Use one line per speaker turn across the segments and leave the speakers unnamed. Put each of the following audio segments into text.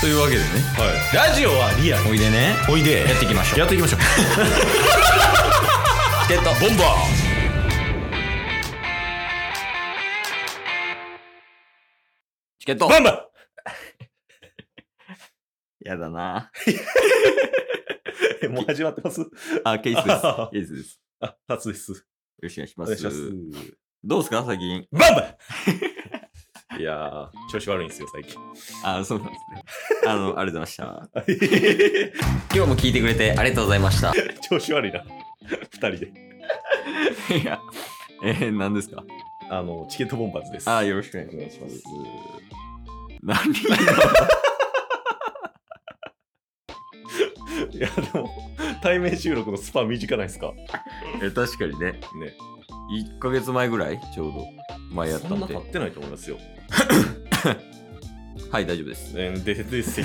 というわけでね
ラジオはリアル
おいでね
おいで
やっていきましょう
やっていきましょう
チケットボンバーチケット
バンバ
やだな
ンもう始まってます
あケイスです ケイスです
あ、初です。
よろしくお願いし
お
ま
願い
す
します。
どうですか最近
バンバン いやー、調子悪いんですよ、最近。
あそうなんですねあのありがとうございました今日も聞いてくれてありがとうございました
調子悪いな。二人で。
いやえー、何ですか
あの、チケットボンバーズです。
あ
い。
よろしくお願いします何
や、でも、対面収録のスパン短ないですかね。
え確かにね1ヶ月前ぐらいちょうど前やった
そん
ん
な
で
経ってないと思いますよ。
はい大丈夫です
えーで、で、で、せ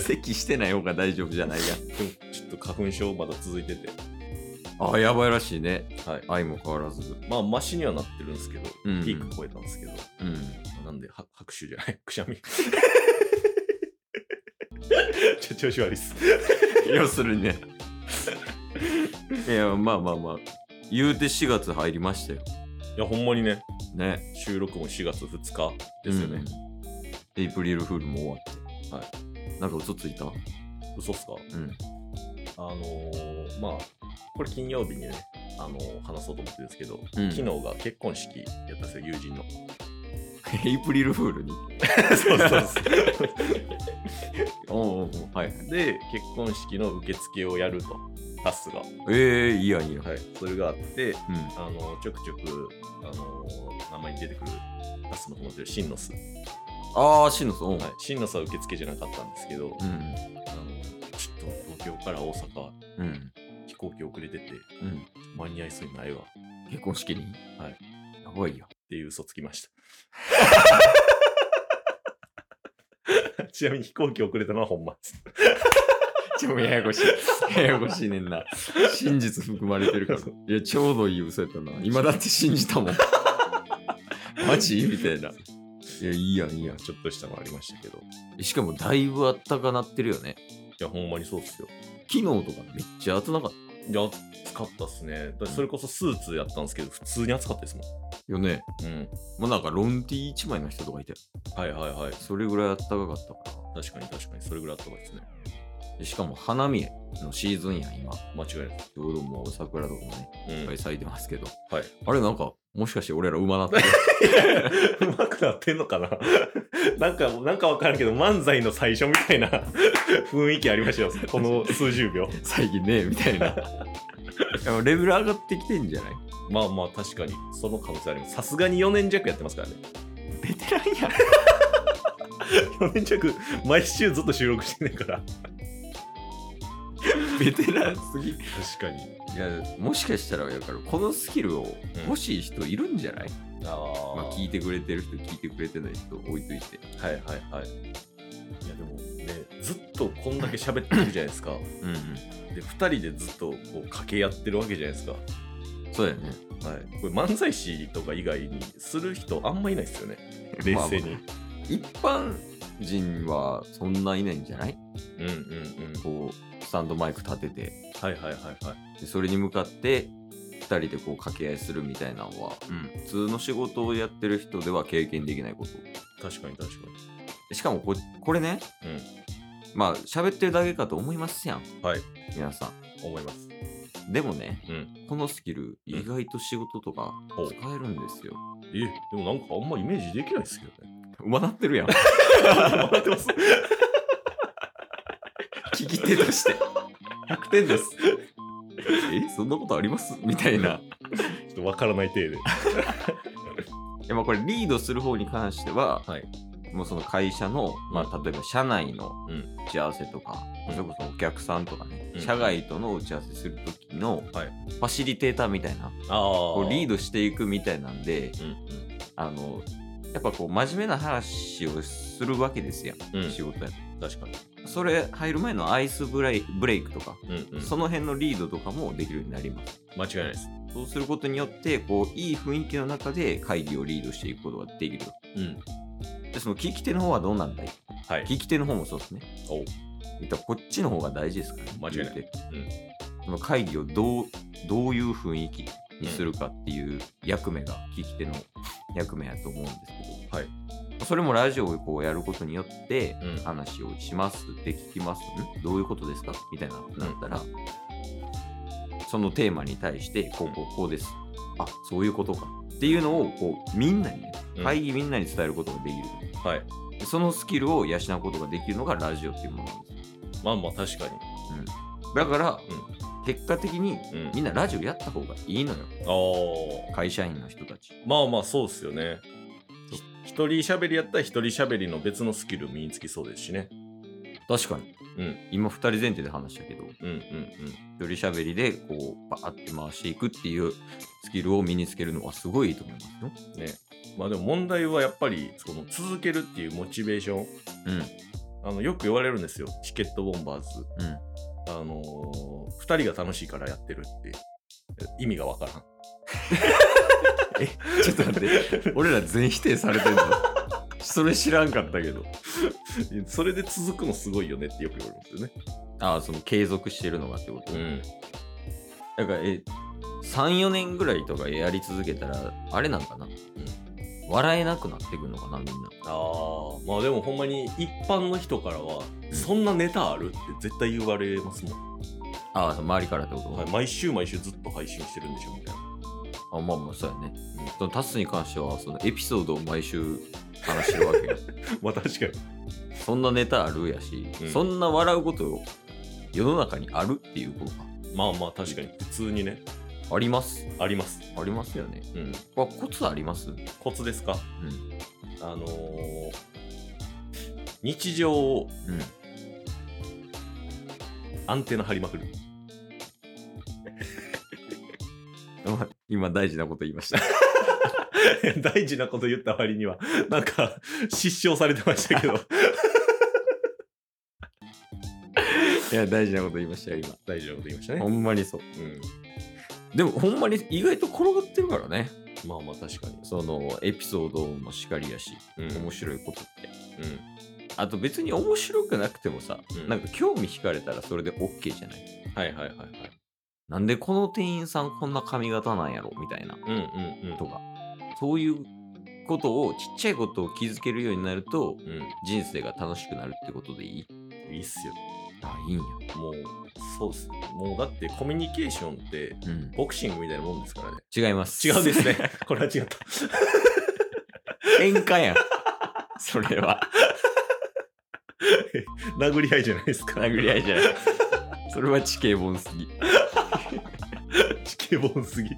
咳してない方が大丈夫じゃないや
でもちょっと花粉症まだ続いてて。
あやばいらしいね
はい。
愛も変わらず
まあ、マシにはなってるんですけど、
うんうん
ピーク超えたんですけど、
うん
なんで、は拍手じゃない、 くしゃみ。ちょ調子悪いっす。
要するにねいやまあまあまあ言うて4月入りましたよ
いや、ほんまにね、
ね
収録も4月2日ですよ
う
ね。、
んエイプリルフールも終わって
はい
なんか嘘ついたう
嘘っすか
ん
あのー、まあ、これ金曜日にね、あのー話そうと思ってるんですけど、
うん
昨日が結婚式やったんですよ、友人 の。
エイプリルフールに
そう
そう
そう
おうおうおうはい
で、結婚式の受付をやると、タスが。
ええいいやんいいやん、
はい。それがあって、
うん
あのーちょくちょく、あのー名前に出てくるタスの方の出てるシンノス。はい。
ああしんのさんうん、
シンノスは受付じゃなかったんですけど、
う
あ
ん
のーちょっと東京から大阪、
うん
飛行機遅れてて、
うん
間に合いそうにないわ。
結婚式に
はい
やばいよ
っていう嘘つきました。 ちなみに飛行機遅れたのはほんまです。
ちょ、ややこしい。ややこしいねんな。真実含まれてるから。いや、ちょうどいい嘘やったな。今だって信じた もん。マジみたいな。いや、いいやん、 いい
い
や
や、ちょっとしたのありましたけど。い
ん。しかも、だいぶあったかなってるよね。
や、ほんまにそうっすよ。
昨日とかめっちゃ暑なかっ
いや、暑かったっすね。だそれこそスーツやったんですけど、普通に暑かったですもん。
たよね。
うん。
もうなんか、ロンティ一枚の人とかいたよ。
はいはいはい。
それぐらいあったかかったか
確かに確かに、それぐらいあったかいですね。
ら。でしかも、花見のシーズンやん、今。
間違いない。
ちょうどもう桜とかもね、いっぱい咲いてますけど。
はい。
あれ、なんか、もしかして俺ら馬なってる。
うん。うまくなってんのかな なんか、なんかわからんけど、漫才の最初みたいな 雰囲気ありましたよ。この数十秒。
最近ね、みた いな。いやレベル上がってきてんじゃない
まあまあ、確かに、その可能性あります。さすがに4年弱やってますからね。
ベテランや
4年弱毎週ずっと収録してんねんから
ベテランすぎい
確かに
やもしかしたらやからこのスキルを欲しい人いるんじゃない、
ああ
まあ、聞いてくれてる人聞いてくれてない人置いといて
はいはいはいいやでもねずっとこんだけ喋ってるじゃないですか
うん、
で2人でずっとこう掛け合ってるわけじゃないですか、は
そうだよね
い、これ漫才師とか以外にする人あんまいないですよね冷静に、
まあ一般人はそんないないんじゃない
うんうんうん
こうスタンドマイク立てて
はいはいはいはい
でそれに向かって2人でこう掛け合いするみたいなのは、普通の仕事をやってる人では経験できないこと
確かに確か
でしかもここれね
にうん
まあ喋ってるだけかと思いますやん
はい
皆さん
思います
でもね、
うん
このスキル意外と仕事とか
うん
使えるんですよ。
えでもなんかあんまイメージできないですけどね
上なってる やん。
笑ってます
聞き手として。100点です。 えそんなことありますみたいな。
ちょっとわからない程度
いやまあこれリードする方に関しては、
はい
もうその会社の、まあ、例えば社内の
うん
打ち合わせとか、
うん
それこそお客さんとかね、
うん
社外との打ち合わせする時のフ
はい
ァシリテーターみたいな、
あ
こうリー
ド
ドしていくみたいなんで、
うん
あのやっぱこう真面目な話をするわけですよ、
うん、
仕事やと
確かに、
それ入る前のアイスブレイブレイクとか、
うんうん、
その辺のリードとかもできるようになります。
間違いないです。
そうすることによって、こう、いい雰囲気の中で会議をリードしていくことができる。
うん。
で、その聞き手の方はどうなんだい
はい。
聞き手の方もそうですね。
お
言ったらこっちの方が大事ですからね。
間違いない
言うてその会議をどうどういう雰囲気にするかっていう役目が聞き手の役目やと思うんですけど、
はい
それもラジオをこうやることによって
うん
話をしますって聞きます、んどういうことですかみたいななったら、そのテーマに対してこうこうこうです、あそういうことかっていうのをこうみんなにね
うん
会議みんなに伝えることができる、
はい。
でそのスキルを養うことができるのがラジオっていうものなんですよ
まあまあ、確かに。
だから、
う
結果的に
うん。
みんなラジオやった方がいいのよ
ああ。
会社員の人たち
まあまあそうっすよね。ひ一人喋りやったら一人喋りの別のスキル身につきそうですしね。
確かに
うん
今2人前提で話したけど
うんうん
一人しゃべりでこうバーって回していくっていうスキルを身につけるのはすごいいいと思いますよ
うん。ね。まあでも問題はやっぱりその続けるっていうモチベーション。
うん
あのよく言われるんですよ。チケットボンバーズ。
うん
あのー、二人が楽しいからやってるって。え意味が わからん。
ちょっと待って俺ら全否定されて んのそれ知らんかったけど
それで続くのすごいよねってよく言われるんですよね。
ああその継続してるのがってこと、
ん。
だからえ34年ぐらいとかやり続けたらあれなんかな、笑えなくなってくるのかなみんな
ああ、まあでもほんまに一般の人からは、そんなネタあるって絶対言われますもん。
ああ周りからってこと、
はい、毎週毎週ずっと配信してるんでしょみたいな。
あまあまあそうやね、そのタスに関してはそのエピソードを毎週話してるわけ よ
まあ確かに。
そんなネタあるやし、
うん
そんな笑うこと世の中にあるっていうこと
まあまあ確かに。普通にね、
かあります
あります。
ありますよね
うん。
これコツありますうん
コツですかあのー日常を
うん
アンテナ張りまくる。
あ 今大事なこと言いました
大事なこと言った割には、なんか、失笑されてましたけど。
いや大事なこと言いましたよ今
大事なこと言いました
ほ
ね。
んまにそう
うん。
でもほんまに意外と転がってるからね
まあまあ確かに。
そのエピソードもしかりやし
うん。
面白いことって
うん。
あと別に面白くなくてもさ、
うん
なんか興味惹かれたらそれで OK じゃない
はいはいはいはい。
なんでこの店員さんこんな髪型なんやろみたいな
うんうんうん。
とか、そういうことをちっちゃいことを気づけるようになると
う
人生が楽しくなるってことでいい
ん。いいっすよ。
あ、いいんや。
もう、そうっす。もうだってコミュニケーションって、
うん。
ボクシングみたいなもんですからね。
違います。
違うんで す。ね。 これは違った。
喧嘩やん。それは。
殴り合いじゃないですか。
殴り合 いじゃない。それは地形本すぎ。
チケボンすぎ。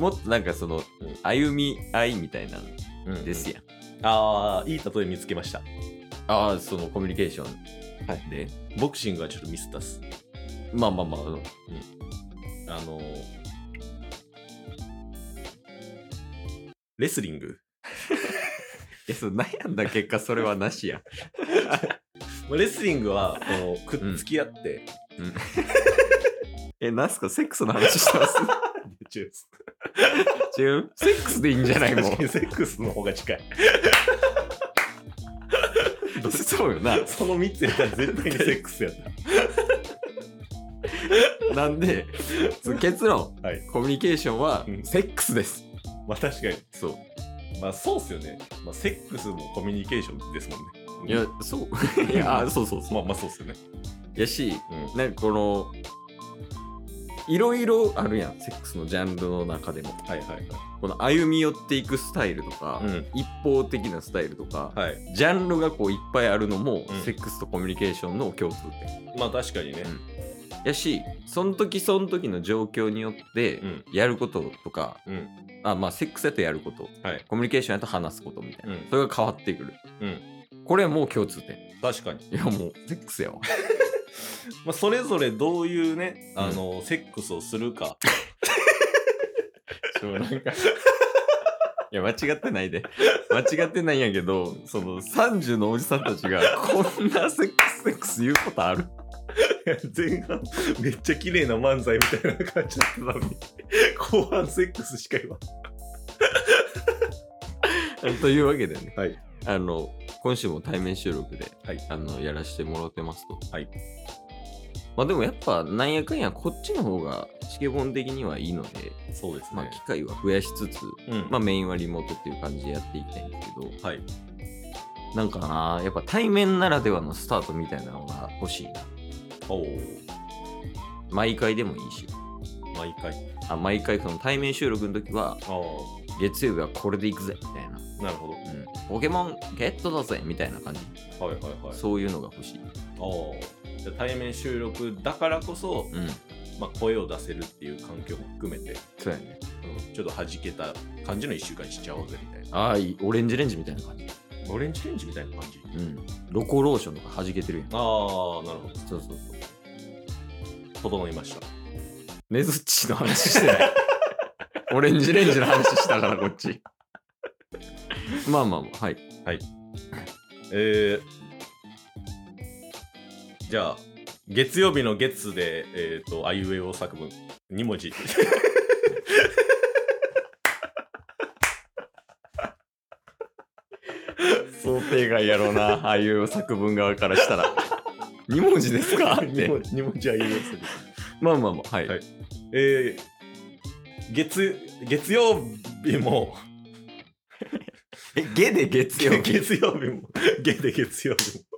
もっとなんかその
うん、
歩み合いみたいなん
うん
ですやん。
ああ、いい例え見つけました。
ああ、そのコミュニケーション。
はい
で、
ボクシングはちょっとミスったっす。
まあまあまあ、うん
あのーレスリング。
え、そう悩んだ結果、それはなしや。
まあレスリングは、この、くっつき合って、
え、なんすかセックスの話してます
違うっす
違うセックスでいいんじゃないも
確かに
う。
セックスの方が近い。
そうよな。
その3つやったら絶 対にセックスやった。
なんで、その結論、
はい
コミュニケーションは
うん
セックスです。
まあ確かに。
そう。
まあそうっすよね。まあセックスもコミュニケーションですもんね。うん
いや、、 そう。いや、あそうそうそう。
まあまあそうっすよね。
やし、
うん。
なんかこの、いろいろあるやん、セックスのジャンルの中でも。
はいはい
この歩み寄っていくスタイルとか、
はい。
一方的なスタイルとか、
うん。はい。
ジャンルがこういっぱいあるのも、
うん
セックスとコミュニケーションの共通点。
まあ確かにね。
やしその時その時の状況によって
うん
やることとか、
うん
あまあセックスやとやること、
はい
コミュニケーションやと話すことみたいな、
うん
それが変わってくる、
うん
これはもう共通点
確かに。
いやもうセックスやわ
まあ、それぞれどういうね、
うん
あの、セックスをするか。
なん かいや間違ってないで間違ってないんやけどその30のおじさんたちがこんなセックスセックス言うことある
前半、めっちゃ綺麗な漫才みたいな感じだったのに、後半セックスしか言わ
というわけでね
はい。
あのコ今週も対面収録で、
はい
あのやらせてもらってますと。
はい
まあでもやっぱなんやかんやこっちの方が試験本的にはいいので、
そうですね。
まあ機会は増やしつつ、
うん。
まあメインはリモートっていう感じでやっていきたいんですけど、
はい。
なんかな、やっぱ対面ならではのスタートみたいなのが欲しいな。
おお。
毎回でもいいし。
毎回。
あ毎回その対面収録の時は、
あ
月曜日はこれでいくぜ、みたいな。
あ。なるほ
うん。ポケモンゲットだぜ、みたいな感じ。
ど。はいはいはい。
そういうのが欲しい。
おーじゃあ対面収録だからこそ、
うん。
まあ、声を出せるっていう環境も含めて、
そうやね。
うんちょっと弾けた感じの1週間にしちゃおうぜみたいな。
ああ、いいオレンジレンジみたいな感じ。
オレンジレンジみたいな感じ。
うん。ロコローションとか弾けてるやん。
ああ、なるほど。
そうそうそう。
整いました。
ねずっちの話して ない。オレンジレンジの話したから、こっち。まあまあまあ、はい。
えー、じゃあ、月曜日の月で、えっ、と、あいうえお作文、2文字。
想定外やろうな、ああいう作文側からしたら。2文字ですかって。
二文字あいうえお作文。
まあまあまあ、はい。
はい えー、月、月曜日も、
え、ゲで月曜日。
月曜日も、月で月曜日も。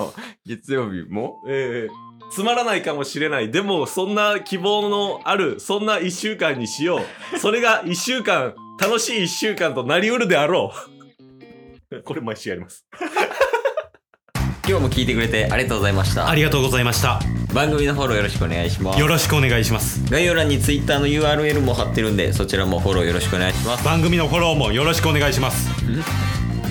うん月曜日も
えーつまらないかもしれない。でも、そんな希望のある、そんな一週間にしよう。それが一週間、楽しい一週間となりうるであろう。これ毎週やります。
今日も聞いてくれてありがとうございました。
ありがとうございました。
番組のフォローよろしくお願いします
よ。ろしくお願いします。
概要欄に Twitter の URL も貼ってるんで、そちらもフォローよろしくお願いします。
番組のフォローもよろしくお願いします。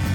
す